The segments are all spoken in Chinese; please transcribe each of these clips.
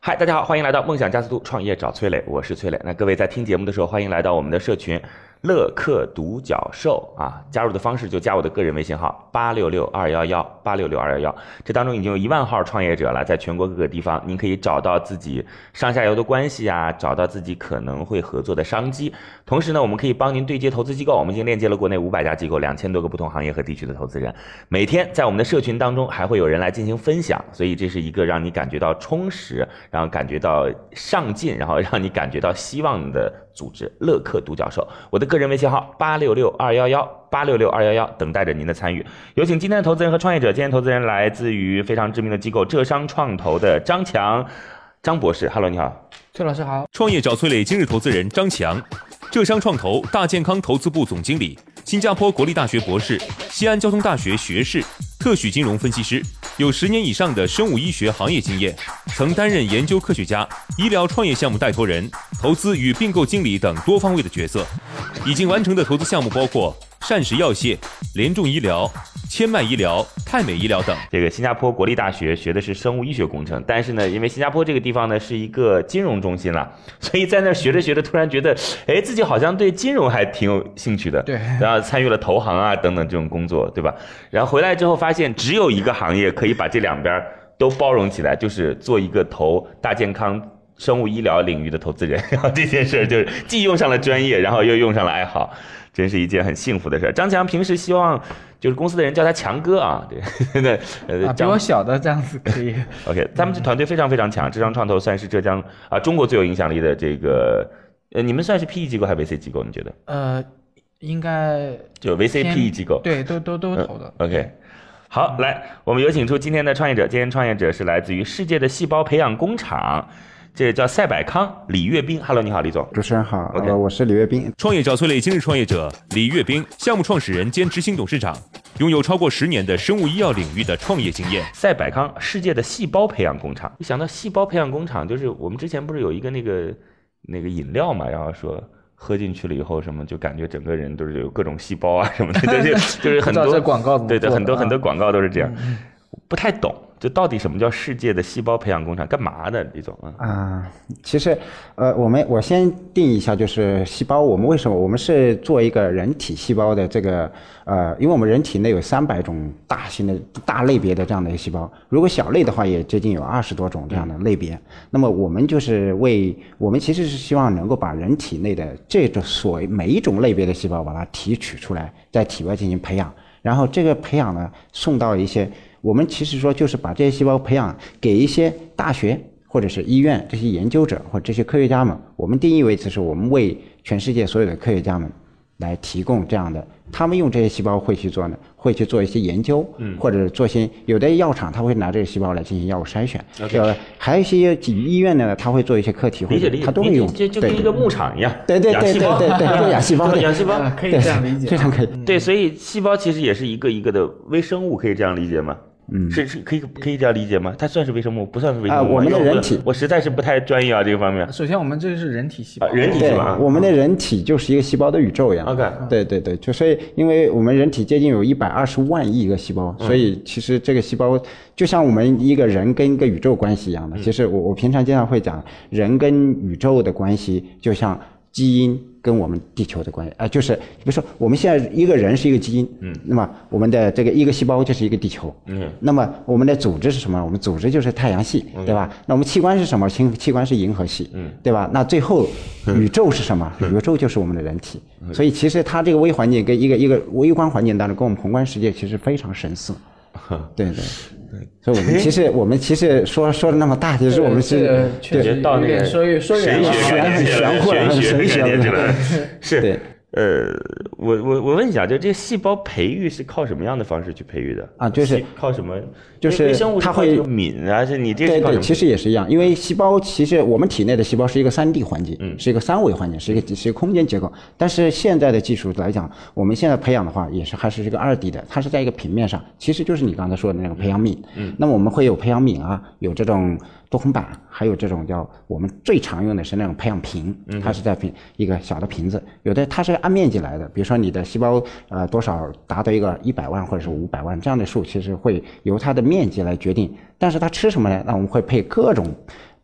嗨，大家好，欢迎来到梦想加速度创业找崔磊，我是崔磊。那各位在听节目的时候，欢迎来到我们的社群乐客独角兽啊，加入的方式就加我的个人微信号八六六二幺幺八六六二幺幺，这当中已经有一万号创业者了，在全国各个地方，您可以找到自己上下游的关系啊，找到自己可能会合作的商机。同时呢，我们可以帮您对接投资机构，我们已经链接了国内五百家机构，两千多个不同行业和地区的投资人。每天在我们的社群当中还会有人来进行分享，所以这是一个让你感觉到充实，然后感觉到上进，然后让你感觉到希望的组织——乐客独角兽。我的个人微信号八六六二幺幺八六六二幺幺，等待着您的参与。有请今天的投资人和创业者。今天投资人来自于非常知名的机构浙商创投的张强。张博士，Hello，你好。崔老师好，创业找崔磊，今日投资人张强，浙商创投大健康投资部总经理，新加坡国立大学博士，西安交通大学学士，特许金融分析师，有十年以上的生物医学行业经验，曾担任研究科学家、医疗创业项目带头人、投资与并购经理等多方位的角色。已经完成的投资项目包括膳食药械、联众医疗、千脉医疗、泰美医疗等。这个新加坡国立大学学的是生物医学工程，但是呢，因为新加坡这个地方呢是一个金融中心了，所以在那儿学着学着，突然觉得，哎，自己好像对金融还啊挺有兴趣的，对然后参与了投行啊等等这种工作，对吧？然后回来之后发现，只有一个行业可以把这两边儿都包容起来，就是做一个投大健康。生物医疗领域的投资人， 然后这件事儿就是既用上了专业，然后又用上了爱好，真是一件很幸福的事儿。张强平时希望就是公司的人叫他强哥啊，对， 对，呃，啊，比张我小的这样子可以， OK，他们这团队非常非常强，浙商创投算是浙江啊、中国最有影响力的这个，呃，你们算是 PE 机构还是 VC 机构？你觉得？呃，应该就 VC、偏 PE E 机构。嗯对，都都都投的。 OK，好，来，我们有请出今天的创业者。今天创业者是来自于世界的细胞培养工厂，这叫赛百康李跃斌。Hello，你好，李总。主持人好 OK 呃，我是李跃斌，创业找崔磊，今日创业者李跃斌，项目创始人兼执行董事长，拥有超过十年的生物医药领域的创业经验。赛百康，世界的细胞培养工厂。一想到细胞培养工厂，就是我们之前不是有一个那个那个饮料嘛，然后说喝进去了以后，什么就感觉整个人都是有各种细胞啊什么的，就是 就是不很知道多这广告怎么对对，做很多的啊嗯很多广告都是这样，不太懂，就到底什么叫世界的细胞培养工厂，干嘛的李总啊？啊、其实，呃，我们我先定义一下，就是细胞，我们为什么我们是做一个人体细胞的这个，呃，因为我们人体内有三百种大型的大类别的这样的一个细胞，如果小类的话，也接近有二十多种这样的类别。那么我们就是为我们其实是希望能够把人体内的这种所谓每一种类别的细胞把它提取出来，在体外进行培养，然后这个培养呢送到一些。我们其实说，就是把这些细胞培养给一些大学或者是医院这些研究者或者这些科学家们，我们定义为就是我们为全世界所有的科学家们来提供这样的，他们用这些细胞会去做呢，会去做一些研究，嗯，或者是做些有的药厂他会拿这个细胞来进行药物筛选，呃，还有一些医院呢，他会做一些课题，或理解者理解，他都会理解用，就就跟一个牧场一样，对对养对细胞对对对对养细胞对 养细胞。啊，可以这样理解，非常可以。对，所以细胞其实也是一个一个的微生物，可以这样理解吗？嗯，是是，可以可以这样理解吗？它算是微生物，不算是微生物吗。啊我们的因为人体我实在是不太专业啊，这个方面。首先，我们这是人体细胞，啊人体细对胞啊，我们的人体就是一个细胞的宇宙一样。 OK 对对对，就所以，因为我们人体接近有一百二十万亿个细胞，嗯所以其实这个细胞就像我们一个人跟一个宇宙关系一样的。其实我我平常经常会讲，人跟宇宙的关系就像基因跟我们地球的关系，啊、就是比如说我们现在一个人是一个基因，嗯，那么我们的这个一个细胞就是一个地球，嗯，那么我们的组织是什么？我们组织就是太阳系，对吧？那我们器官是什么？器器官是银河系，嗯，对吧？那最后宇宙是什么？宇宙就是我们的人体。所以其实它这个微环境跟一个一个微观环境当中，跟我们宏观世界其实非常神似。对对。所以我们其实我们其实说说的那么大，其实我们是确觉实到那有个啊点说越说神远了学，玄概念去了玄幻玄学神概学念去了，对是。呃，我我我问一下，就这个细胞培育是靠什么样的方式去培育的啊就是细靠什么？就是微微生物它靠会这个敏啊，是你这对是靠什对，么其实也是一样，因为细胞其实我们体内的细胞是一个三 D 环境，嗯是一个三维环境，是一个是一个空间结构。但是现在的技术来讲，我们现在培养的话，也是还是一个二 D 的，它是在一个平面上，其实就是你刚才说的那个培养皿。嗯，那么我们会有培养皿啊，有这种多孔板，还有这种叫我们最常用的是那种培养瓶，它是在瓶一个小的瓶子，有的它是按面积来的，比如说你的细胞呃多少达到一个一百万或者是五百万这样的数，其实会由它的面积来决定。但是它吃什么呢？那我们会配各种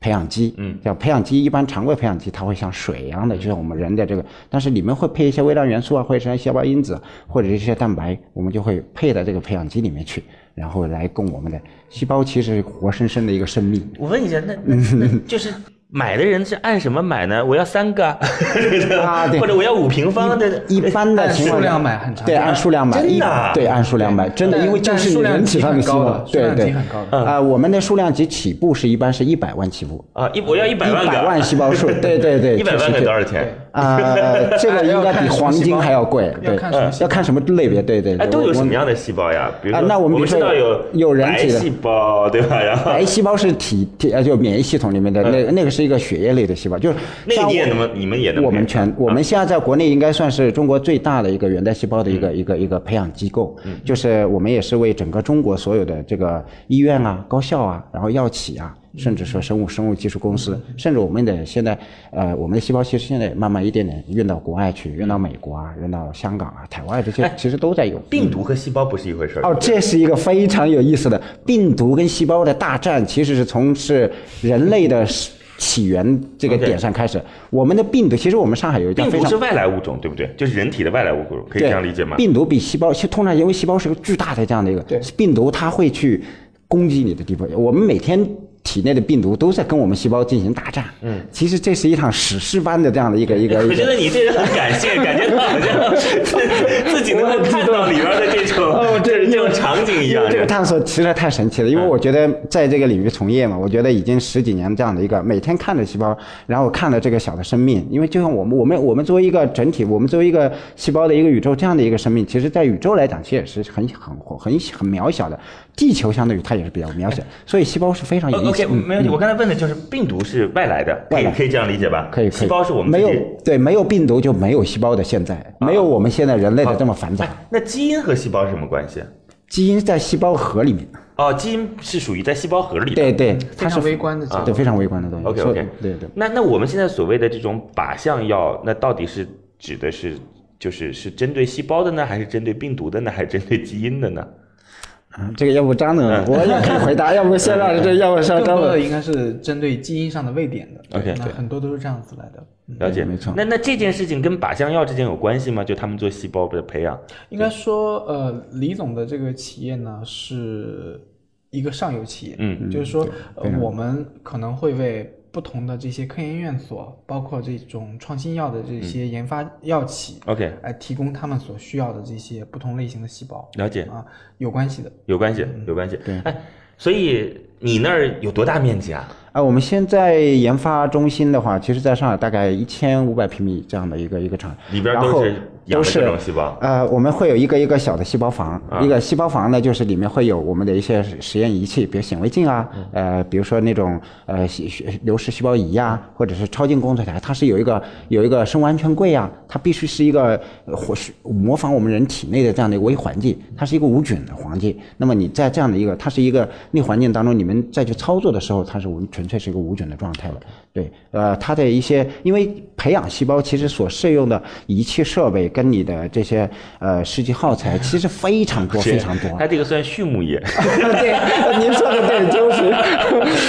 培养基，嗯，叫培养基，一般常规培养基它会像水一样的，就像我们人的这个，但是里面会配一些微量元素啊，或者是细胞因子，或者是一些蛋白，我们就会配到这个培养基里面去，然后来供我们的细胞，其实是活生生的一个生命。我问一下，那那那就是买的人是按什么买呢？我要三个啊，啊对 或者我要五平方的，一般的情况哎按数量买很常对，见按数量买，真的一啊对，按数量买，真的，但因为就但是你数量人级体上很细高胞的，数对量级对很高，的嗯啊，我们的数量级起步是一般是一百万起步，啊，一我要一百万一个，百万细胞 数，对对对，一百确万实个是多少钱？啊、这个应该比黄金还要贵，要对看什么细，胞要看什么类别，对对对。哎，都有我什么样的细胞呀？比如说，啊那我我们比如知说道有有人白体的细胞，对吧？然后白细胞是体体呃，就免疫系统里面嗯的那个那个是一个血液类的细胞，就是那个像你也我能，你们也能，我们全，我们现在在国内应该算是中国最大的一个源代细胞的一个、一个一个培养机构，就是我们也是为整个中国所有的这个医院啊、高校啊，然后药企啊，甚至说生物生物技术公司，甚至我们的现在呃，我们的细胞其实现在也慢慢一点点运到国外去，运到美国啊，运到香港啊、台湾啊这些，其实都在用。病毒和细胞不是一回事儿。哦，这是一个非常有意思的病毒跟细胞的大战，其实是从是人类的起源这个 OK 点上开始。我们的病毒，其实我们上海有一家病非毒常是外来物种，对不对？就是人体的外来物种，可以对这样理解吗？病毒比细胞，其实通常因为细胞是个巨大的这样的一个，病毒它会去攻击你的地方。我们每天体内的病毒都在跟我们细胞进行大战。嗯，其实这是一场史诗般的这样的一个一个。一我个觉得你这人很感谢，感觉到好像自己能够看到里边的这哦种，这这这种场景一样。这个探索实在太神奇了，嗯因为我觉得在这个领域从业嘛，我觉得已经十几年这样的一个，每天看着细胞，然后看着这个小的生命，因为就像我们我们我们作为一个整体，我们作为一个细胞的一个宇宙这样的一个生命，其实在宇宙来讲，其实也是很很很很渺小的。地球相对于它也是比较渺小，所以细胞是非常有呃意思。 OK，嗯没问题。我刚才问的就是病毒是外来的，可以外来可以这样理解吧？可以，可以细胞是我们没自有己对没有病毒就没有细胞的现在，没有我们现在人类的这么繁杂。那基因和细胞是什么关系？啊基因在细胞核里面，哦，基因是属于在细胞核里的。对对，它非是啊常微观的结构。对非常微观的东西。 OK 所以 OK，对对。那那我们现在所谓的这种靶向药，那到底是指的是就是是针对细胞的呢，还是针对病毒的呢，还是针对基因的呢？啊，这个要不张总，嗯我也可以回答，要不先让这，要不更让张多的总。应该是针对基因上的位点的 OK，那对很多都是这样子来的。嗯了解，没错那那这件事情跟靶向药之间有关系吗？就他们做细胞的培养，应该说，呃，李总的这个企业呢是一个上游企业，嗯，就是说，呃，我们可能会为不同的这些科研院所，包括这种创新药的这嗯些研发药企， OK 来提供他们所需要的这些不同类型的细胞了解，啊，有关系的。 有关系，嗯有关系。哎，所以你那儿有多大面积啊？啊，我们现在研发中心的话，其实在上海大概一千五百平米这样的一个一个厂，里边然都后是都养的各是种细胞。呃，我们会有一个一个小的细胞房，啊一个细胞房呢，就是里面会有我们的一些实验仪器，比如显微镜啊，呃，比如说那种呃细血流式细胞仪呀、或者是超净工作台，它是有一个有一个生物安全柜啊，它必须是一个呃或是模仿我们人体内的这样的一个微环境，它是一个无菌的环境。那么你在这样的一个，它是一个内环境当中，你们再去操作的时候，它是无纯粹是一个无菌的状态的。对，呃，它的一些因为培养细胞其实所适用的仪器设备跟你的这些呃试剂耗材其实非常多非常多。哎它这个算畜牧业，对，您说的对，就是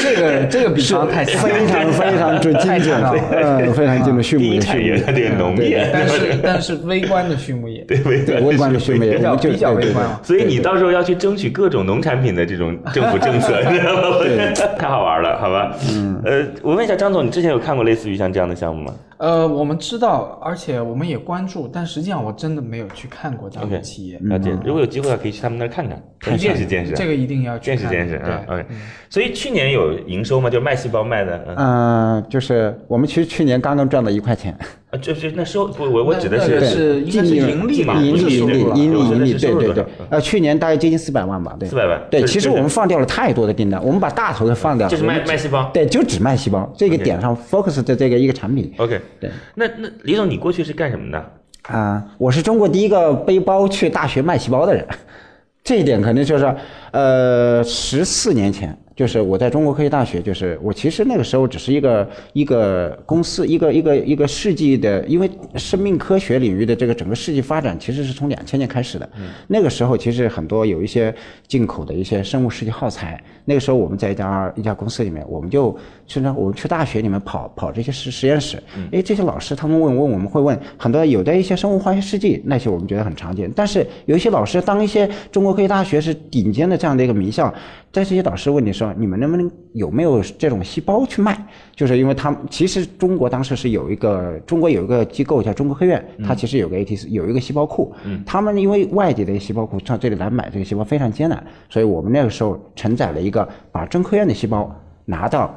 这个这个比是方太强了非常非常之精太准强了，嗯，非常精准畜第牧一 的产畜业它牧，这个农对业。但是但是微观的畜牧业，对 对，微观的畜牧比业，我较们就比较对微对观啊。所以你到时候要去争取各种农产品的这种 政府政 策，你知道吗？ 太好玩了，好吧？嗯，呃，我问一下张总，你之前有看过类似于像这样的项目吗？呃，我们知道，而且我们也关注，但实际上我真的没有去看过这样 OK 的企业。嗯了解，如果有机会啊，可以去他们那儿看看，见识见识。这个一定要去见识看见识啊对嗯，OK。所以去年啊有营收吗？就卖细胞卖的，嗯呃嗯，就是我们其实去年刚刚赚了一块钱，啊，这这那收不我我指的那是那是应该是盈利吧？盈不利是盈收利入吧盈利盈利，是收对入对的对，呃，去年大概接近四百万吧，对， 400万对，这其实这我是们放掉了太多的订单，我们把大头给放掉了，就是我们卖卖细胞。对，就只卖细胞这个 OK 点上 focus 的这个一个产品 OK，对那那李总，你过去是干什么的？啊，我是中国第一个背包去大学卖细胞的人，这一点肯定就是，呃，十四年前，就是我在中国科技大学，就是我其实那个时候只是一个一个公司，一个一个一个世纪的，因为生命科学领域的这个整个世纪发展其实是从两千年开始的，那个时候其实很多有一些进口的一些生物试剂耗材，那个时候我们在一家一家公司里面，我们就去那我们去大学里面跑跑这些实实验室，诶，这些老师他们问问我们会问很多有的一些生物化学试剂那些我们觉得很常见，但是有一些老师当一些中国科技大学是顶尖的这样的一个名校，但是一些导师问你说你们能不能有没有这种细胞去卖，就是因为他们其实中国当时是有一个中国有一个机构叫中国科院，它其实有个 ATC 有一个细胞库，他们因为外地的细胞库上这里来买这个细胞非常艰难，所以我们那个时候承载了一个把中科院的细胞拿到，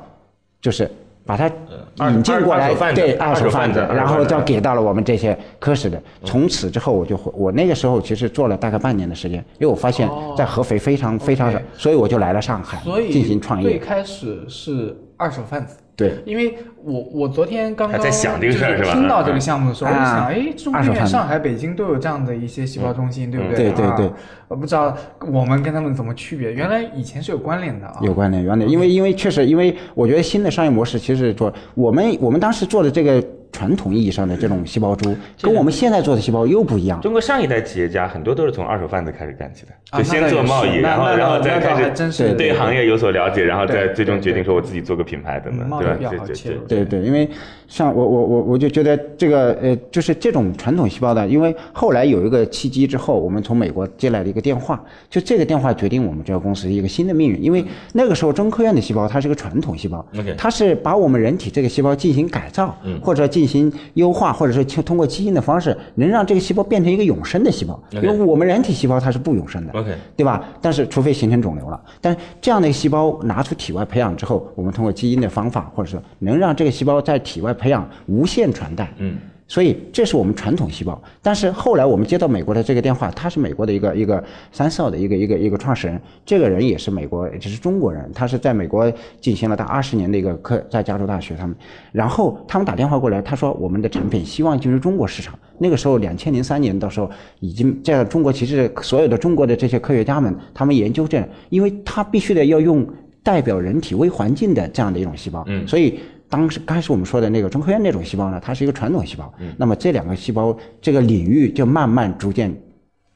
就是。把它嗯二引进二过二来手贩，子对二二手手贩贩子子二，手然贩后子再给到了我们这些科室的。从此之后，我就回我那个时候其实做了大概半年的时间，因为我发现哦在合肥非常非常少 OK，所以我就来了上海所以进行创最业。开始是二手贩子。对，因为我我昨天刚还刚在想这个事儿就是吧听到这个项目的时候，我就想，啊哎，中二手贩院、子上海、北京都有这样的一些细胞中心，对不对对对啊，我不知道我们跟他们怎么区别，原来以前是有关联的啊。有关联，有关联，因为因为确实，因为我觉得新的商业模式其实做我们我们当时做的这个传统意义上的这种细胞株，跟我们现在做的细胞又不一样。中国上一代企业家很多都是从二手贩子开始干起的，啊就先做贸易，那然倒后也是然后那再那倒开还真是始对行业有所了解，然后再对最终决对定嗯说我自己做个品牌等等，贸易对吧比较？好对切对入对。对对，因为像我我我我就觉得这个呃，就是这种传统细胞的，因为后来有一个契机之后，我们从美国接来了一个电话，就这个电话决定我们这个公司一个新的命运。因为那个时候中科院的细胞它是个传统细胞 OK，它是把我们人体这个细胞进行改造嗯，或者进行优化，或者是去通过基因的方式，能让这个细胞变成一个永生的细胞。因 OK 为我们人体细胞它是不永生的。 OK 对吧？但是除非形成肿瘤了，但是这样的一个细胞拿出体外培养之后，我们通过基因的方法，或者说能让这个细胞在体外培养无限传代。嗯，所以这是我们传统细胞。但是后来我们接到美国的这个电话，他是美国的一个一个三校的一个一个一个创始人，这个人也是美国，也就是中国人，他是在美国进行了大二十年的一个科，在加州大学他们，然后他们打电话过来，他说我们的产品希望进入中国市场。那个时候两千零三年的时候，已经在中国其实所有的中国的这些科学家们，他们研究这，因为他必须得要用代表人体微环境的这样的一种细胞，嗯所以当时刚开始我们说的那个中科院那种细胞呢，它是一个传统细胞，那么这两个细胞这个领域就慢慢逐渐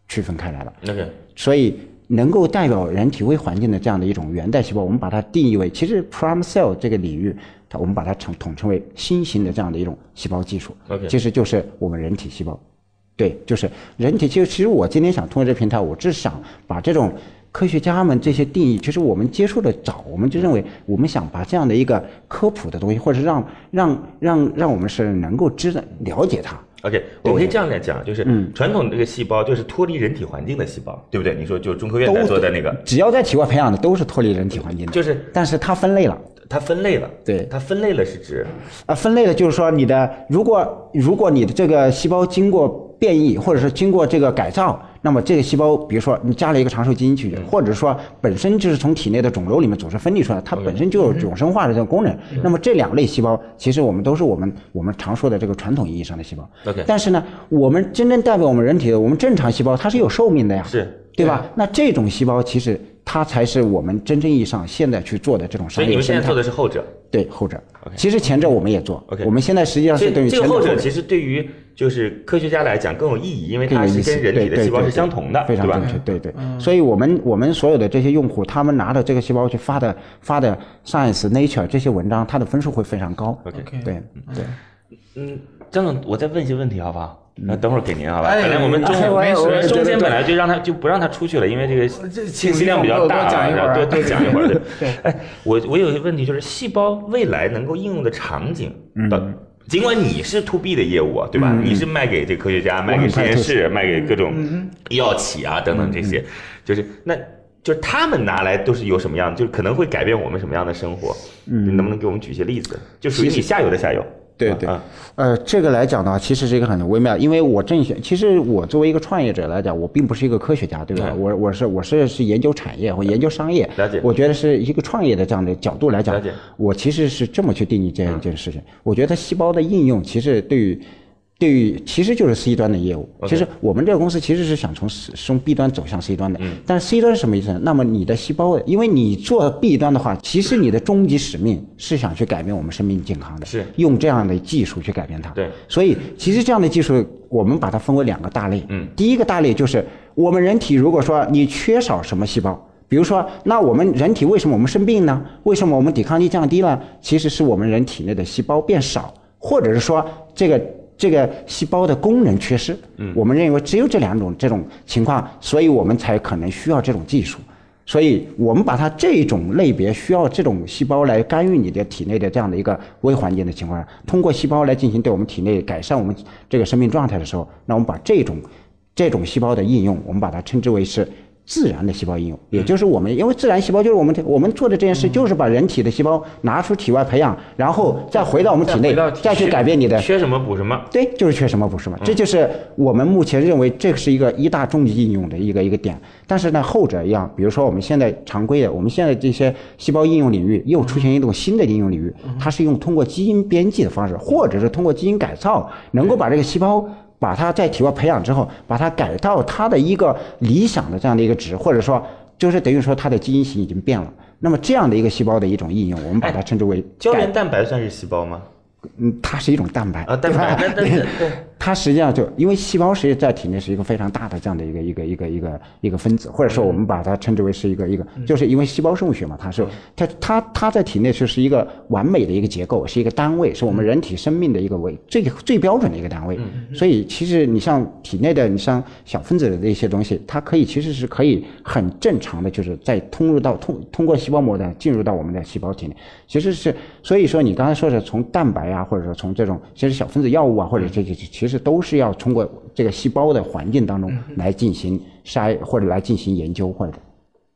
区分开来了，那个所以能够代表人体微环境的这样的一种原代细胞，我们把它定义为，其实 prime cell 这个领域，它我们把它统统称为新型的这样的一种细胞技术 OK 其实就是我们人体细胞。对，就是人体。其实，其实我今天想通过这个平台，我只想把这种科学家们这些定义，其实我们接触的早，我们就认为我们想把这样的一个科普的东西，或者是让让让让我们是能够知道了解它。 OK，我可以这样来讲，就是嗯传统的这个细胞就是脱离人体环境的细胞，对不对？你说就中科院在都做的那个，只要在体外培养的，都是脱离人体环境的。就是但是它分类了。它分类了，对它分类了是指啊，分类的就是说你的，如果如果你的这个细胞经过变异，或者是经过这个改造，那么这个细胞，比如说你加了一个长寿基因进去，嗯或者说本身就是从体内的肿瘤里面组织分离出来，它本身嗯就有永生化的这个功能。那么这两类细胞，其实我们都是我们我们常说的这个传统意义上的细胞。 OK 但是呢，我们真正代表我们人体的，我们正常细胞它是有寿命的呀。是。对吧？那这种细胞其实它才是我们真正意义上现在去做的这种所商以你业们现生在态做。的是后者，对后者。其实前者我们也做 OK 我们现在实际上所是对以于这前者个后者者其实对于就是科学家来讲更有意义，因为更有它是意思跟人对体的对细胞对是对相同的，非常对吧正？确，对对。所以我们我们所有的这些用户，他们拿着这个细胞去发的发的 Science、Nature 这些文章，它的分数会非常高。 OK OK 对对，嗯，张总，我再问一些问题好不好？那等会儿给您好吧？哎本来我们中哎我也我我也们中间觉得本来就让他就不让他出去了，因为这个这信息量比较大，多讲一会儿啊多 多讲一会儿。对对，哎，我我有一个问题，就是细胞未来能够应用的场景，嗯，尽管你是 to B 的业务啊，对吧？你是卖给这科学家、嗯卖给实验室、卖给各种药企啊等等这些，就是那。就是他们拿来都是有什么样的，就是可能会改变我们什么样的生活？嗯，你能不能给我们举一些例子？就属于你下游的下游。对对啊，呃，这个来讲的话，其实是一个很微妙，因为我正想，其实我作为一个创业者来讲，我并不是一个科学家，对吧？对我我是我是是研究产业或研究商业，嗯了解我觉得是一个创业的这样的角度来了讲解，我其实是这么去定义这样一件事情。我觉得细胞的应用，其实对于对于其实就是 C 端的业务。其实我们这个公司其实是想从 C- 从 B 端走向 C 端的，但是 C 端是什么意思呢？那么你的细胞，因为你做 B 端的话，其实你的终极使命是想去改变我们生命健康的，是用这样的技术去改变它。对所以其实这样的技术，我们把它分为两个大类。嗯，第一个大类就是我们人体如果说你缺少什么细胞。比如说，那我们人体为什么我们生病呢？为什么我们抵抗力降低了？其实是我们人体内的细胞变少，或者是说这个这个细胞的功能缺失。嗯，我们认为只有这两种这种情况，所以我们才可能需要这种技术。所以我们把它这种类别需要这种细胞来干预你的体内的这样的一个微环境的情况下，通过细胞来进行对我们体内改善我们这个生命状态的时候，那我们把这种这种细胞的应用，我们把它称之为是。自然的细胞应用，也就是我们，因为自然细胞就是我们我们做的这件事，就是把人体的细胞拿出体外培养，然后再回到我们体内回到，体再去改变你的缺什么补什么。对，就是缺什么补什么，这就是我们目前认为这是一个一大终极应用的一个一个点。但是呢，后者一样，比如说我们现在常规的，我们现在这些细胞应用领域又出现一种新的应用领域，嗯它是用通过基因编辑的方式，或者是通过基因改造，能够把这个细胞。把它在体外培养之后，把它改到它的一个理想的这样的一个值，或者说，就是等于说它的基因型已经变了。那么这样的一个细胞的一种应用，我们把哎它称之为胶改原蛋白算是细胞吗？嗯，它是一种蛋白啊，蛋白，对 那吧那 那对，它实际上就因为细胞实际在体内是一个非常大的这样的一个一个一个一个一个分子，或者说我们把它称之为是一个一个，就是因为细胞生物学嘛，它是它它它在体内就是一个完美的一个结构，是一个单位，是我们人体生命的一个维最最标准的一个单位。所以其实你像体内的你像小分子的这些东西，它可以其实是可以很正常的，就是在通入到通通过细胞膜的进入到我们的细胞体内，其实是所以说你刚才说的从蛋白啊，或者说从这种其实小分子药物啊，或者这些其实都是要通过这个细胞的环境当中来进行筛或者来进行研究或者。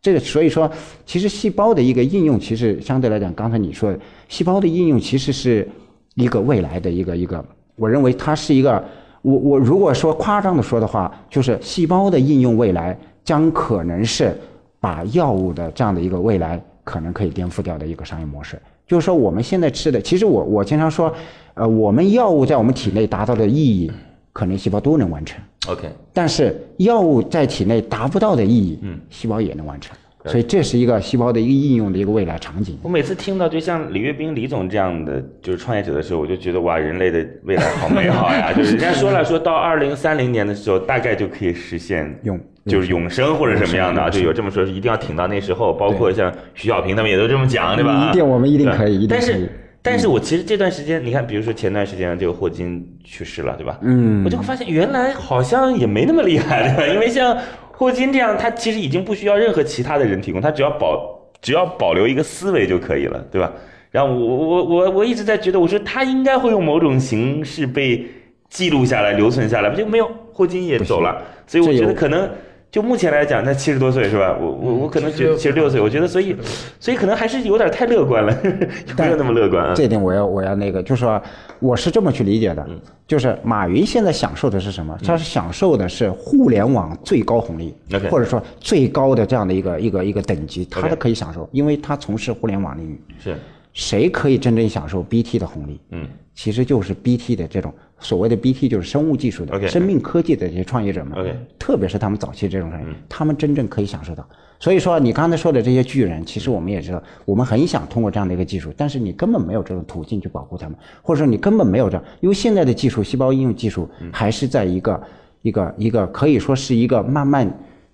这个所以说，其实细胞的一个应用，其实相对来讲，刚才你说的细胞的应用，其实是一个未来的一个一个，我认为它是一个，我我如果说夸张的说的话，就是细胞的应用未来将可能是把药物的这样的一个未来可能可以颠覆掉的一个商业模式。就是说我们现在吃的，其实我我经常说，呃，我们药物在我们体内达到的意义，可能细胞都能完成。 OK，但是药物在体内达不到的意义，嗯，细胞也能完成，所以这是一个细胞的一个应用的一个未来场景。我每次听到就像李月冰李总这样的就是创业者的时候，我就觉得哇，人类的未来好美 好呀！就是人家说了，说到二零三零年的时候，大概就可以实现永就是永生或者什么样的永啊，就生有这么说，一定要挺到那时候。包括像徐小平他们也都这么讲，对吧？嗯一定我们一定对可以一定嗯但可以是但是我其实这段时间，你看，比如说前段时间这个霍金去世了，对吧？嗯我就会发现原来好像也没那么厉害，对吧？因为像霍金这样，他其实已经不需要任何其他的人提供，他只要保只要保留一个思维就可以了，对吧？然后我我我我一直在觉得，我说他应该会用某种形式被记录下来、留存下来，就没有霍金也走了，所以我这有觉得可能就目前来讲，他七十多岁是吧？我我我可能嗯觉得76七十六岁，我觉得所以所以可能还是有点太乐观了， 没有那么乐观啊。这一点我要我要那个，就是说我是这么去理解嗯的，就是马云现在享受的是什么？他是享受的是互联网最高红利 OK，或者说最高的这样的一个一个一个等级，他 OK 都可以享受，因为他从事互联网领域。是，谁可以真正享受 BT 的红利？嗯，其实就是 BT 的这种所谓的 BT 就是生物技术的、 OK 生命科技的这些创业者们 OK 嗯特别是他们早期这种人，他们真正可以享受到。所以说，你刚才说的这些巨人，其实我们也知道，我们很想通过这样的一个技术，但是你根本没有这种途径去保护他们，或者说你根本没有这样，因为现在的技术，细胞应用技术嗯还是在一个一个一个可以说是一个慢慢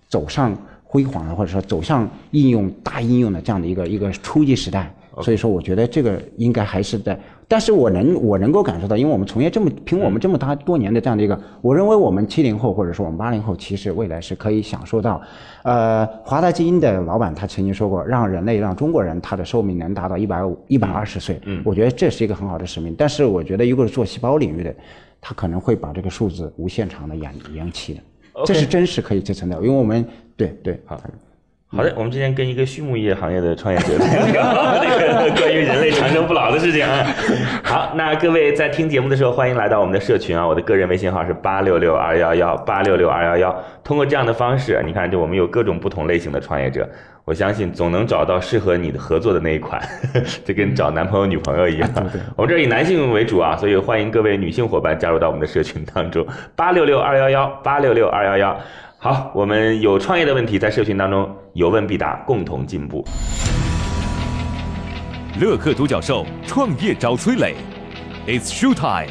走上辉煌啊的，或者说走向应用大应用的这样的一个一个初级时代。所以说，我觉得这个应该还是在，但是我能我能够感受到，因为我们从业这么凭我们这么大多年的这样的一个，我认为我们七零后或者说我们八零后，其实未来是可以享受到，呃，华大基因的老板他曾经说过，让人类让中国人他的寿命能达到一百五一百二十岁，嗯，我觉得这是一个很好的使命，但是我觉得如果是做细胞领域的，他可能会把这个数字无限长的延延期的，这是真实可以支撑的，因为我们对对好。好的，我们之前跟一个畜牧业行业的创业者聊那个关于人类长生不老的事情啊。好，那各位在听节目的时候，欢迎来到我们的社群啊，我的个人微信号是八六六二幺幺八六六二幺幺。通过这样的方式，你看，就我们有各种不同类型的创业者，我相信总能找到适合你的合作的那一款， 就跟找男朋友女朋友一样。我们这儿以男性为主啊，所以欢迎各位女性伙伴加入到我们的社群当中，八六六二幺幺八六六二幺幺。好，我们有创业的问题，在社群当中有问必答，共同进步。乐客独角兽创业找崔磊，It's show time。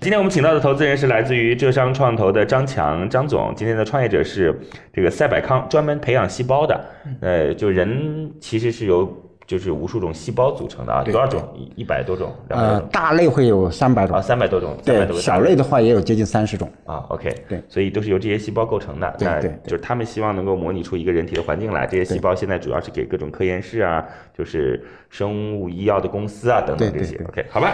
今天我们请到的投资人是来自于浙商创投的张强张总。今天的创业者是这个赛百康，专门培养细胞的。嗯呃，就人其实是由就是无数种细胞组成的啊，对多少种？一一百多种，两百呃多，种大类会有三百啊，种，三百多种，三百对多，个大呃小类的话也有接近三十种。啊，OK，对所以都是由这些细胞构成的。对那对就是他们希望能够模拟出一个人体的环境来。这些细胞现在主要是给各种科研室啊，就是生物医药的公司啊等对等这对些。对嗯 OK，好吧，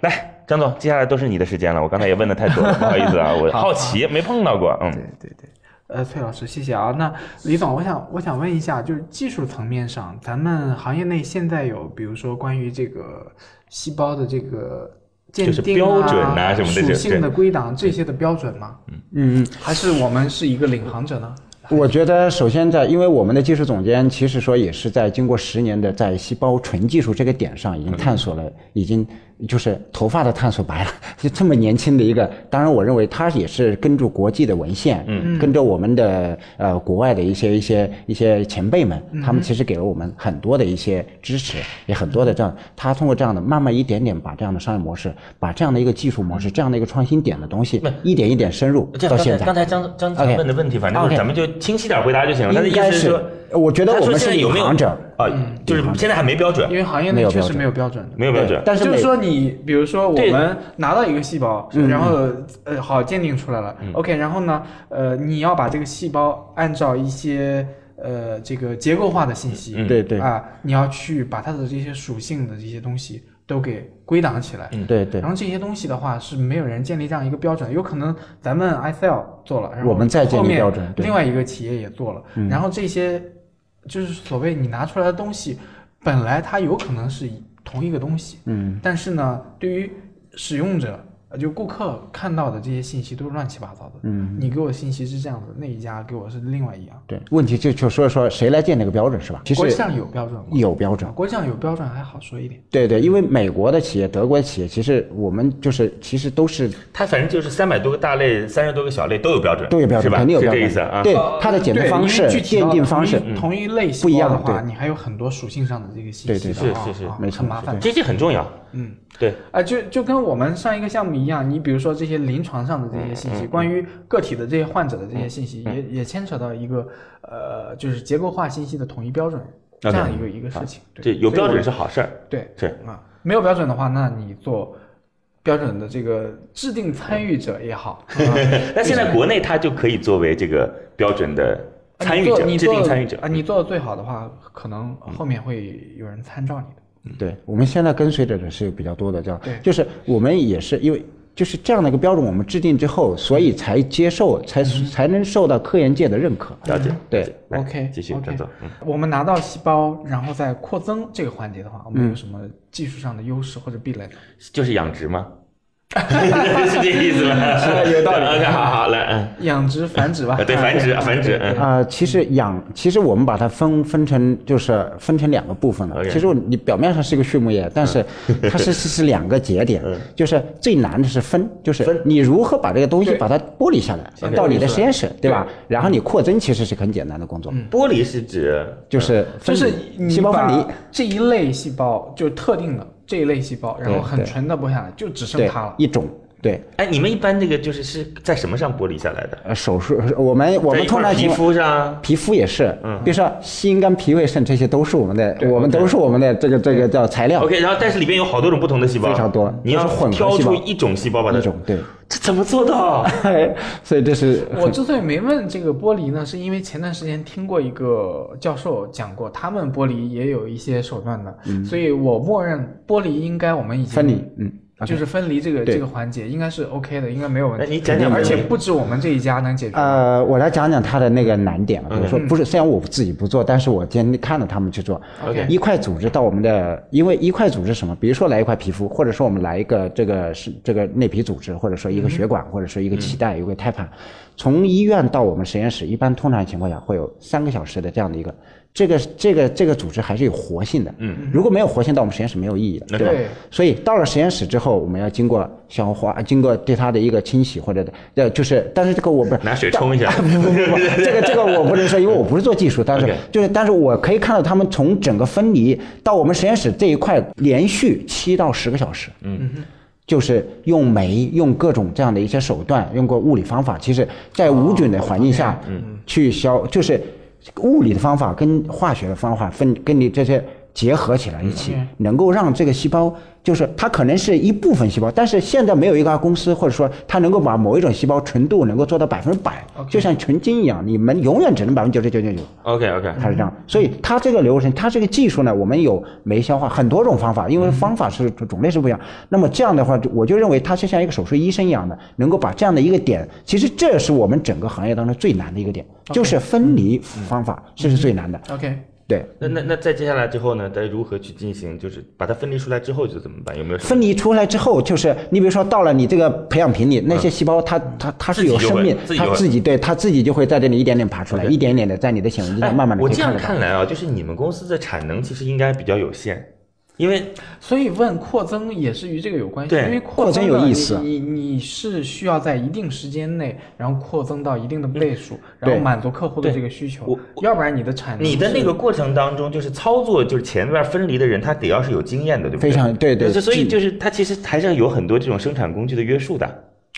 来。张总，接下来都是你的时间了。我刚才也问的太多了，不好意思啊， 我好奇没碰到过。嗯，对对对，呃，崔老师，谢谢啊。那李总，我想我想问一下，就是技术层面上，咱们行业内现在有，比如说关于这个细胞的这个鉴就是定标准啊啊什么的这属对性的归档这些的标准吗？嗯，还是我们是一个领航者呢？ 我觉得首先在，因为我们的技术总监其实说也是在经过十年的在细胞纯技术这个点上已经探索了，已经就是头发都探索白了， 就这么年轻的一个。当然，我认为他也是跟着国际的文献，嗯，跟着我们的呃国外的一些一些一些前辈们，嗯他们其实给了我们很多的一些支持，也很多的这样，他通过这样的慢慢一点点把这样的商业模式，把这样的一个技术模式，这样的一个创新点的东西，一点一点深入嗯这到刚现才在刚。才张张强 OK 问的问题，反正就是 OK 咱们就清晰点回答就啊行了。他的应意思该说，我觉得他我说们现在是有没有行者，啊？就是现在还没标准因，为行业内确实没有标准的。没有标准对。但是就每是说你，比如说我对嗯们拿到一个细胞，然后呃好鉴定出来了、o k 然后呢，呃你要把这个细胞按照一些呃这个结构化的信息，嗯对对啊，你要去把它的这些属性的这些东西都给归档起来。嗯对嗯对然，后这些东西的话是没有人建立这样一个标准，有可能咱们 iCell 做了，然后我们再建立后面标准对嗯另外一个企业也做了，然后这些就是所谓你拿出来的东西，本来它有可能是一同一个东西，嗯，但是呢，对于使用者。呃就顾客看到的这些信息都是乱七八糟的，嗯，你给我信息是这样子，那一家给我是另外一样。对。问题就就说说谁来建这个标准是吧？其国际实上有标准吗？有标准，国际上有标准还好说一点。对对，因为美国的企业、德国的企业，其实我们就是其实都是它反正就是三百多个大类，三十多个小类都有标准，都有标是准，吧？肯定有是标这准意思啊。对它的检测对因方为式、具体到鉴定方式，同一同一类细不一胞的样话，对你还有很多属性上的这个信息对对的是啊是是啊没错很麻烦。这些很重要。嗯，对，啊，就就跟我们上一个项目一样，你比如说这些临床上的这些嗯信息，关于个体的这些患者的这些信息，也也牵扯到一个呃，就是结构化信息的统一标准啊这样一个一个事情。这对，有所以标我准是好事儿，对是啊，没有标准的话，那你做标准的这个制定参与者也好，啊但现在国内它就可以作为这个标准的参与者，啊你制做定参与者嗯啊，。你做的最好的话，可能后面会有人参照你的。对，我们现在跟随者的是比较多的，这样嗯对就是我们也是因为就是这样的一个标准，我们制定之后，所以才接受，才嗯才能受到科研界的认可。了解，对了解来 OK，继续 OK 张总，嗯我们拿到细胞，然后在扩增这个环节的话，我嗯们有什么技术上的优势或者壁垒？就是养殖吗？是这意思吗？是有道理 OK，好好来，嗯。养殖、繁殖吧啊。对啊繁殖啊繁殖对对嗯啊、其实养，其实我们把它分分成就是分成两个部分了。 OK 嗯其实我你表面上是一个畜牧业，但是它是是是两个节点， 就是最难的是分，就是你如何把这个东西对把它剥离下来先到你剥离的出来嗯实验室，对吧？然后你扩增其实是很简单的工作，玻璃是指就是嗯就分是离你细胞分离把，这一类细胞，就特定的这一类细胞，然后对很对纯的剥下来，就只剩对它了。一种对。哎，你们一般这个就是是在什么上剥离下来的？呃，手术，我们我在们一通块常皮情况肤嗯上，皮肤也是，比如说心肝脾胃肾，这些都是我们的，我们都是我们的这个这个叫材料， OK，然后但是里边有好多种不同的细胞，非常多你都要是混合挑细出胞一种细胞把它一种对，这怎么做到？ 所以这是我之所以没问这个剥离呢，是因为前段时间听过一个教授讲过，他们剥离也有一些手段的，所以我默认剥离应该我们已经嗯分离，嗯，就是分离这个对这个环节应该是 OK 的，应该没有问那题。哎你讲讲而且你不止我们这一家能解决。呃，我来讲讲它的那个难点啊，比如说嗯不是，虽然我自己不做，但是我今天看了他们去做。 OK 一块组织到我们的，因为一块组织什么？比如说来一块皮肤，或者说我们来一个这个是这个内皮组织，或者说一个血管，或者说一个脐带，一个胎盘。从医院到我们实验室，一般通常情况下会有三个小时的这样的一个，这个这个这个组织还是有活性的。嗯，如果没有活性，到我们实验室没有意义的，对吧？对所以到了实验室之后，我们要经过消化，经过对它的一个清洗或者的，呃，就是，但是这个我不是拿水冲一下 不不不不，这个这个我不能说，因为我不是做技术，但是 OK 就是，但是我可以看到他们从整个分离到我们实验室这一块，连续七到十个小时，嗯，就是用酶，用各种这样的一些手段，用过物理方法，其实在无菌的环境下，嗯，去消，就是物理的方法跟化学的方法分跟你这些。结合起来一起，能够让这个细胞，就是它可能是一部分细胞，但是现在没有一家公司或者说它能够把某一种细胞纯度能够做到百分之百，就像纯金一样，你们永远只能百分之九十九点九。 OK OK，它是这样，所以它这个流程，它这个技术呢，我们有酶消化很多种方法，因为方法是种类是不一样。那么这样的话，就我就认为它是像一个手术医生一样的，能够把这样的一个点，其实这是我们整个行业当中最难的一个点，就是嗯分离方法，这是最难的。 OK，对，那那那在接下来之后呢，该如何去进行？就是把它分离出来之后就怎么办？有没有什么分离出来之后，就是你比如说到了你这个培养瓶里，那些细胞它它它是有嗯自己就会生命自，己就它会自己对它自己就会在这里一点点爬出来，一点一点的在你的显微镜哎上慢慢的我可以这看样得到。看来啊，就是你们公司的产能其实应该比较有限，因为嗯所以问扩增也是与这个有关系，对因为扩增增有的意你思啊你你是需要在一定时间内，然后扩增到一定的嗯倍数，然后对满足客户的对这个需求我，要不然你的产能你的是那个过程当中，就是操作，就是前面分离的人，他得要是有经验的，对不对？非常对对就所以记就是他其实还是有很多这种生产工具的约束的。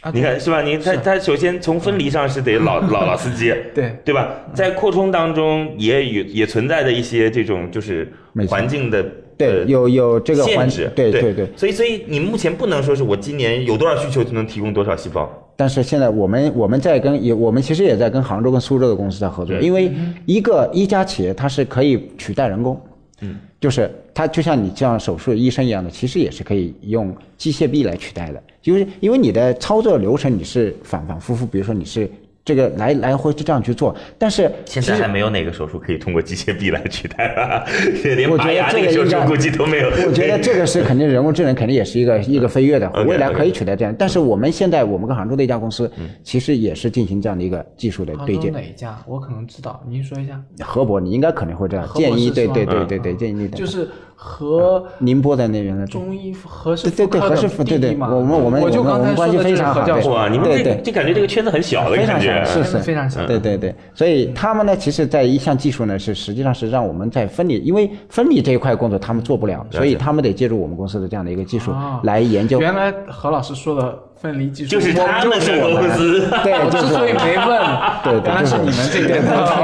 啊 你看是吧？你他他首先从分离上是得 老老老司机，对对吧？嗯在扩充当中也也也存在着一些这种就是没错环境的对，呃有有这个限环制，对对对对。所以所以你目前不能说是我今年有多少需求就能提供多少细胞，但是现在我们我们在跟也我们其实也在跟杭州跟苏州的公司在合作，对嗯因为一个一家企业它是可以取代人工，嗯，就是它就像你这样手术医生一样的，其实也是可以用机械臂来取代的，就是因为你的操作流程你是反反复复，比如说你是这个来来回就这样去做，但是 现在还没有哪个手术可以通过机械臂来取代 吧？连我拔觉牙得这这个个手应术该，估计都没有。我觉得这个是肯定人工智能肯定也是一个一个飞跃的 OK，OK，未来可以取代这样。但是我们现在我们跟杭州的一家公司，嗯其实也是进行这样的一个技术的杭对州接。哪一家？我可能知道，您说一下。河伯，你应该可能会这样河伯建议，是对是吗对对嗯对对，建议的。就是和宁波的那边的中医何氏对对对妇科何氏的妇弟对弟对嘛，嗯我们我们我就我们刚我才们关说系的非就是常何好教对授， 啊哇，你们对这对这感觉这个圈子很小的非感常小，。觉是是非常嗯小对对对，所以他们呢，其实，在一项技术呢，是实际上是让我们在分离，因为分离这一块工作他们做不了，所以他们得借助我们公司的这样的一个技术啊来研究。原来何老师说的分离技术，就是我他们就是的我公们。司，对，我就 之是所以没对问，对原来就是我你们们这边对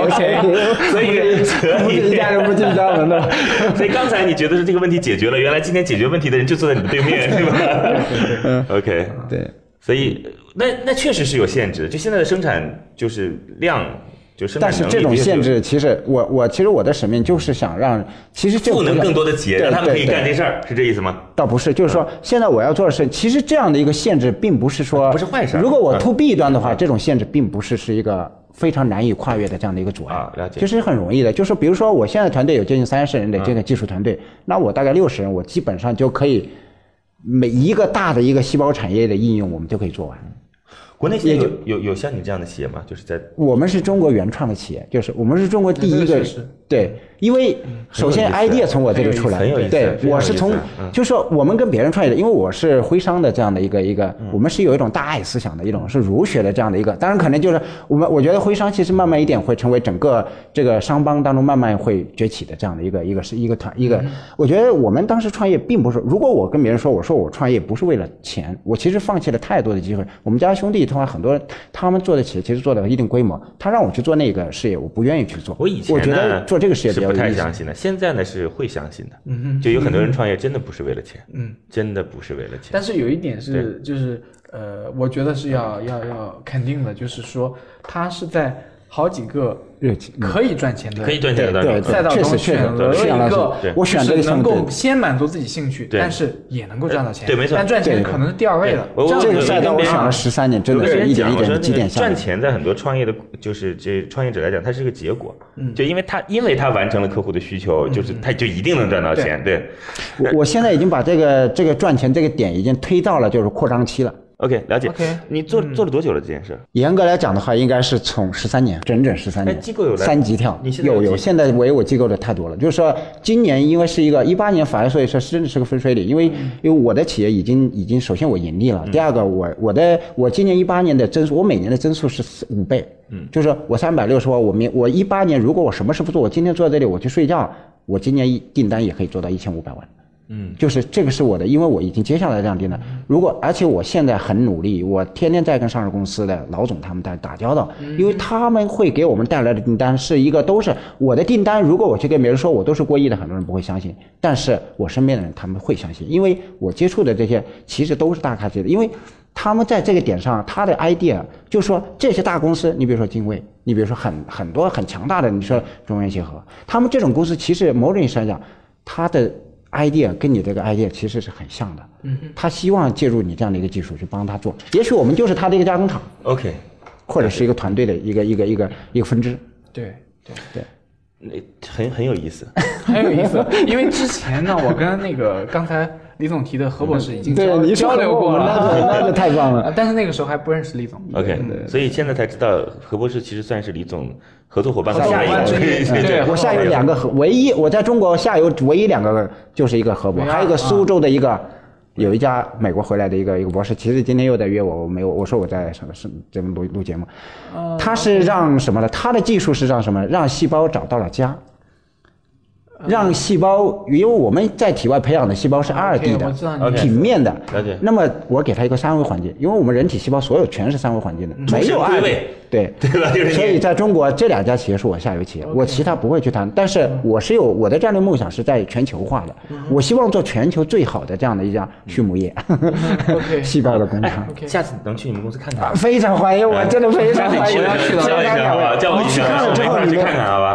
的。对 OK， 所以 所一以家人不进家门的。 所以刚才你觉得是这个问题解决了，原来今天解决问题的人就坐在你的对面， 对嗯吧？OK， 对，所以那那确实是有限制，就现在的生产就是量，就生产但是能力这种的确限制，其实我我其实我的使命就是想让，其实这赋能不是更多的企业，对让他们可以对对干这事儿，是这意思吗？倒不是，嗯就是说现在我要做的是，其实这样的一个限制并不是说不是坏事儿如果我嗯 to B 端的话，这种限制并不是是一个非常难以跨越的这样的一个阻碍。啊了解嗯其实很容易的，就是比如说我现在团队有接近三十人的这个技术团队，那我大概六十人，我基本上就可以每一个大的一个细胞产业的应用，我们就可以做完。国内现在也有有有像你这样的企业吗？就是在我们是中国原创的企业，就是我们是中国哎第一这个个确实，对，因为首先嗯很有意思 idea 啊从我这里出来，很有意思对非常有意思我是从嗯，就是说我们跟别人创业的，因为我是徽商的这样的一个一个，嗯我们是有一种大爱思想的一种是儒学的这样的一个，当然可能就是我们我觉得徽商其实慢慢一点会成为整个这个商帮当中慢慢会崛起的这样的一个一个是一个团一个，嗯我觉得我们当时创业并不是，如果我跟别人说我说我创业不是为了钱，我其实放弃了太多的机会，我们家兄弟的话很多人他们做的企业其实做到一定规模，他让我去做那个事业，我不愿意去做，我以前呢觉得做这个事业比是较不有太意思相。信的，现在呢是会相信的。嗯就有很多人创业真的不是为了钱，嗯，真的不是为了钱。但是有一点是，就是呃，我觉得是要要要肯定的，就是说他是在好几个热情嗯可以赚钱的可以赚钱的对对赛道呃确中实确选实择对一是杨老个师，就我是选择一能项够对。先满足自己兴趣，对但是也能够赚到钱。对没错但赚钱对可能是第二位的对我。我这样个子赛道我一选定了要十三年，真的有是人一点讲一我说点积那个淀下来赚。钱在很多创业的，就是这创业者来讲，它是个结果。嗯就因为他因为他完成了客户的需求，嗯就是他就一定能赚到钱。对我我现在已经把这个这个赚钱这个点已经推到了就是扩张期了。 ，OK，了解。 OK，你做嗯做了多久了这件事？严格来讲的话，应该是从十三年，整整十三哎年。机构有来三级跳，你现在有有几有，现在唯我机构的太多了。就是说，今年因为是一个一八年，反而所以说真的是个分水岭，因为嗯因为我的企业已经已经首先我盈利了，第二个我我的我今年一八年的增速，我每年的增速是四五倍，嗯，就是说我三百六十万，我明我一八年如果我什么事不做，我今天坐在这里我去睡觉，我今年一订单也可以做到一千五百万。就是这个是我的，因为我已经接下来这样定了。如果而且我现在很努力，我天天在跟上市公司的老总他们在打交道，因为他们会给我们带来的订单是一个都是我的订单。如果我去跟别人说我都是过亿的，很多人不会相信，但是我身边的人他们会相信，因为我接触的这些其实都是大咖级的，因为他们在这个点上，他的 idea 就是说这些大公司，你比如说金卫，你比如说很很多很强大的，你说中原协和，他们这种公司其实某种意义上讲，它的 idea 跟你这个 idea 其实是很像的，嗯，他希望借助你这样的一个技术去帮他做，也许我们就是他的一个加工厂， OK，或者是一个团队的一个一个一个一个分支。对对。那很很有意思。很有意思，因为之前呢，我跟那个刚才李总提的何博士已经交你交流过了，那就太棒啊了。 但是那个时候还不认识李总。 OK，所以现在才知道何博士其实算是李总合作伙伴的合作下伙一伴个。之一对对我下游两个合，唯一我在中国下游唯一两个就是一个河伯，没啊还有一个苏州的一个。有一家美国回来的一个一个博士，其实今天又在约我，我没有，我说我在什么什么这边录录节目，哦他是让什么呢？他的技术是让什么？让细胞找到了家，嗯让细胞，因为我们在体外培养的细胞是二 D 我知道的、你平面的了解，那么我给它一个三维环境，因为我们人体细胞所有全是三维环境的，嗯没有重新二归 D 位，对对吧就是你所以在中国这两家企业是我下游企业，我其他不会去谈，但是嗯我是有我的战略梦想是在全球化的，我希望做全球最好的这样的一家畜牧业嗯 OK 哎细胞的 工厂。啊 OK 下次能去你们公司看看吗。非常欢迎，哎我真的非常欢迎。我要去了真叫的非常一下好不欢好？迎叫我一你起去看看，了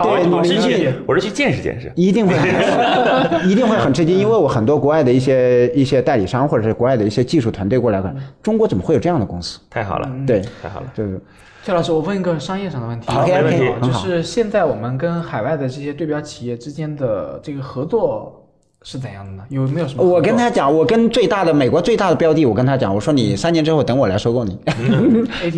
之后你们我们一块儿去看看好吧？嗯对，你我我是们去，我是去见识见识。一定会 很，一定会很吃惊，因为我很多国外的一些一些代理商或者是国外的一些技术团队过来看，嗯中国怎么会有这样的公司？太好了，对，太好了。就是崔老师，我问一个商业上的问题，好没问题就很好是现在我们跟海外的这些对标企业之间的这个合作是怎样的呢？有没有什么合作？我跟他讲，我跟最大的美国最大的标的，我跟他讲，我说你三年之后等我来收 购你，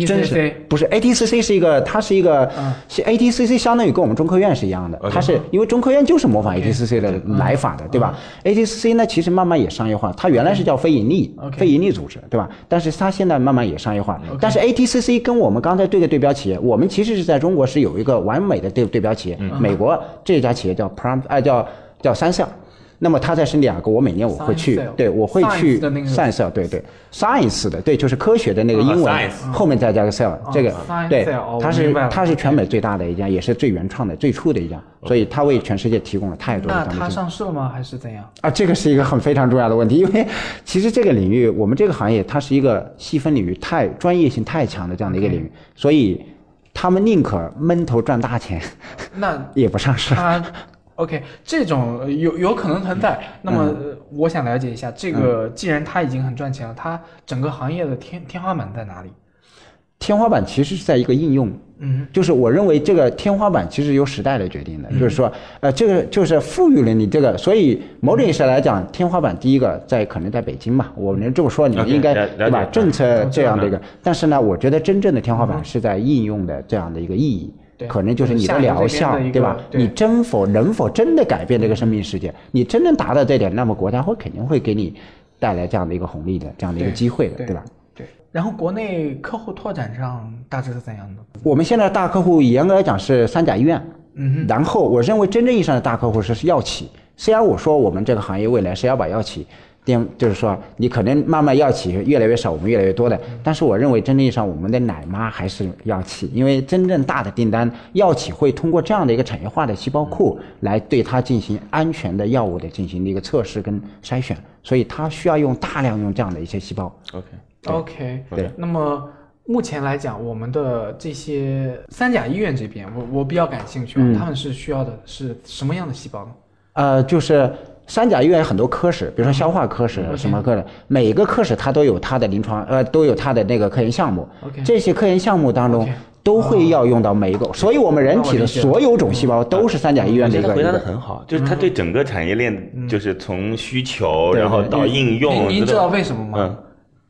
真是 ATCC 不是 ATCC 是一个，它是一个嗯是 ATCC 相当于跟我们中科院是一样的，它是因为中科院就是模仿 ATCC 的嗯来法的，对吧？ATCC 呢其实慢慢也商业化，它原来是叫非盈利嗯 OK 非盈利组织，对吧？但是它现在慢慢也商业化，但是 ATCC 跟我们刚才对的对标企业，我们其实是在中国是有一个完美的对对标企业，嗯美国这家企业叫 Prime，哎叫叫三项。那么它在是两个，我每年我会去 Science，对我会 Science 去的那个 science，对对，science 的，对，就是科学的那个啊英文 science 后面再加个 cell，这个 science 对 cell，哦，它我明是白了它是全美最大的一家，也是最原创的、最初的一家，所以它为全世界提供了太多的那这样它的技术。上市了吗？还是怎样？啊，这个是一个很非常重要的问题，因为其实这个领域，我们这个行业它是一个细分领域太专业性太强的这样的一个领域，所以他们宁可闷头赚大钱，那也不上市。它 OK，这种呃有有可能存在。那么、呃我想了解一下，这个既然它已经很赚钱了，它整个行业的天天花板在哪里？天花板其实是在一个应用，嗯，就是我认为这个天花板其实由时代来决定的，就是说，呃，这个就是赋予了你这个，所以某种意义上来讲，天花板第一个在可能在北京吧，我能这么说，你 OK，应该了了解对吧？嗯政策这样的一嗯个，但是呢，我觉得真正的天花板是在应用的这样的一个意义嗯对。可能就是你下的游这边疗的效一个，对吧？对你真否能否真的改变这个生命世界？你真正达到这点，那么国家会肯定会给你带来这样的一个红利的这样的一个对机会的，对对吧？对。然后国内客户拓展上大致是怎样的？我们现在大客户严格来讲是三甲医院，嗯然后我认为真正意义上的大客户是是药企。虽然我说我们这个行业未来是要把药企电，就是说你可能慢慢药企越来越少，我们越来越多的，但是我认为真正意义上我们的奶妈还是药企，因为真正大的订单，药企会通过这样的一个产业化的细胞库来对它进行安全的药物的进行的一个测试跟筛选，所以它需要用大量用这样的一些细胞。 OK，哼，OK。对那么目前来讲，我们的这些三甲医院这边，我我比较感兴趣啊，嗯他们是需要的是什么样的细胞呢？呃，就是三甲医院有很多科室，比如说消化科室、嗯什么科室，每个科室它都有它的临床，呃，都有它的那个科研项目。 OK 这些科研项目当中 OK 都哦会要用到每一个，所以我们人那体我的理解了所有种细嗯胞都是三甲医院的一他个。回答一的嗯个很好，就是他对整个产业链，就是从需求，对然后到应用，您我觉您得知道为什么吗？嗯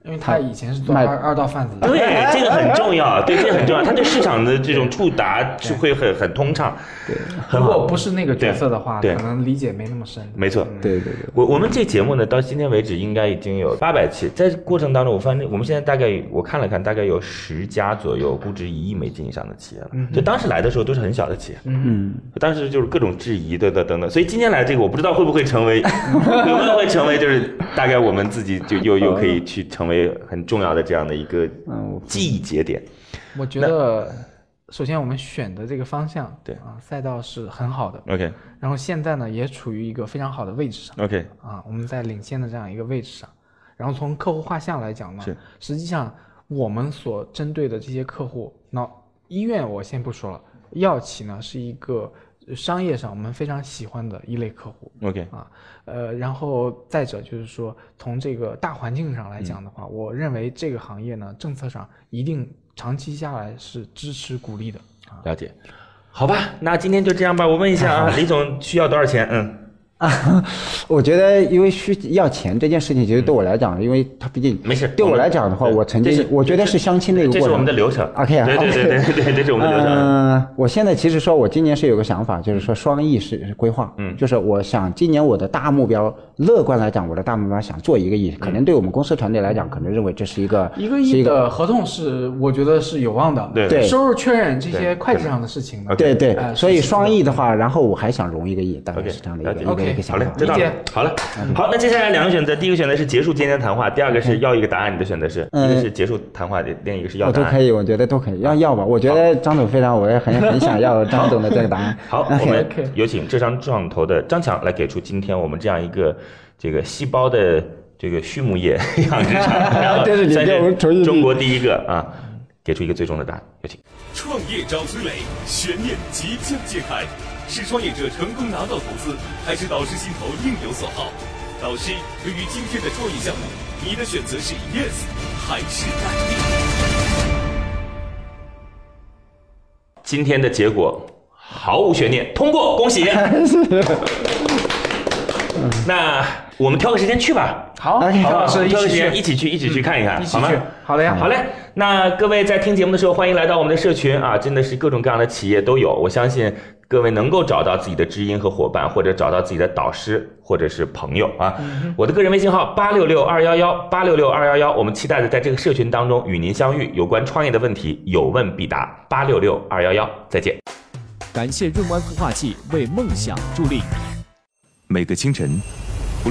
因为他以前是做卖二二道贩子的。对，这个很重要，对，这个很重要，他对市场的这种触达是会很很通畅，对， 很如好果。不是那个角色的话，对可对能理解没那么深。没错，对对对。我我们这节目呢，到今天为止应该已经有八百期，在过程当中，我发现我们现在大概我看了看，大概有十家左右估值一亿美金以上的企业了。嗯就当时来的时候都是很小的企业，嗯，当时就是各种质疑，对的等等。所以今天来这个，我不知道会不会成为， 有没有会成为就是大概我们自己就又又可以去成为很重要的这样的一个嗯记忆节点。我觉得，首先我们选的这个方向，对嗯啊，赛道是很好的， OK 然后现在呢也处于一个非常好的位置上 OK，啊，我们在领先的这样一个位置上。然后从客户画像来讲呢是，实际上我们所针对的这些客户，那医院我先不说了，药企呢是一个呃商业上我们非常喜欢的一类客户。 OK，啊，呃，然后再者就是说，从这个大环境上来讲的话，我认为这个行业呢，政策上一定长期下来是支持鼓励的啊。了解。好吧，那今天就这样吧。我问一下 啊，李总需要多少钱？嗯，我觉得，因为需要钱这件事情，其实对我来讲，因为它毕竟没事对我我们来讲的话，对我曾嗯这经是我觉得是相亲的一个这过程。是我们的流程。 OK，对对对对对，这是我们的流程。嗯、我现在其实说，我今年是有个想法，就是说双翼是规划，嗯就是我想今年我的大目标，乐观来讲，我的大目标想做一个亿，可能对我们公司团队来讲，可能认为这是一个一个是亿一个的合同是，我觉得是有望的。对对收入确认这些对会计上的事情呢。对对，呃所以是是双翼的话，然后我还想融一个亿，大 OK，概是这样的一个了一解个一 OK，个好想嘞法，。知道理了解。好了，好，那接下来两个选择，第一个选择是结束今天的谈话，第二个是要一个答案，你的选择是，一嗯个是结束谈话，另一个是要我答哦都可案。以，我觉得都可以，要要吧。我觉得张总非常，我也很很想要张总的这个答案。好，我们 OK 有请浙商创投的张强来给出今天我们这样一个这个细胞的这个畜牧业养殖场，对对你算给我们重新是中国第一个啊，给出一个最终的答案，有请。创业找崔磊，悬念即将揭开，是创业者成功拿到投资，还是导师心头另有所好？导师，对于今天的创业项目，你的选择是 yes 还是 no？今天的结果毫无悬念，通过，恭喜。那我们挑个时间去吧，好， OK，曹老好不好我师们一挑个起时间一去，起去，一起去看一看，一起好吗去？，好的呀，嗯好嘞，那各位在听节目的时候，欢迎来到我们的社群啊，真的是各种各样的企业都有。我相信各位能够找到自己的知音和伙伴，或者找到自己的导师或者是朋友啊。我的个人微信号八六六二幺幺八六六二幺幺，我们期待着在这个社群当中与您相遇，有关创业的问题有问必答。八六六二幺幺，再见。感谢润湾孵化器为梦想助力。每个清晨，不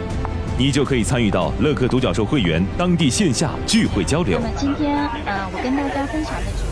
你就可以参与到乐客独角兽会员当地线下聚会交流那。么今天，呃，我跟大家分享的主题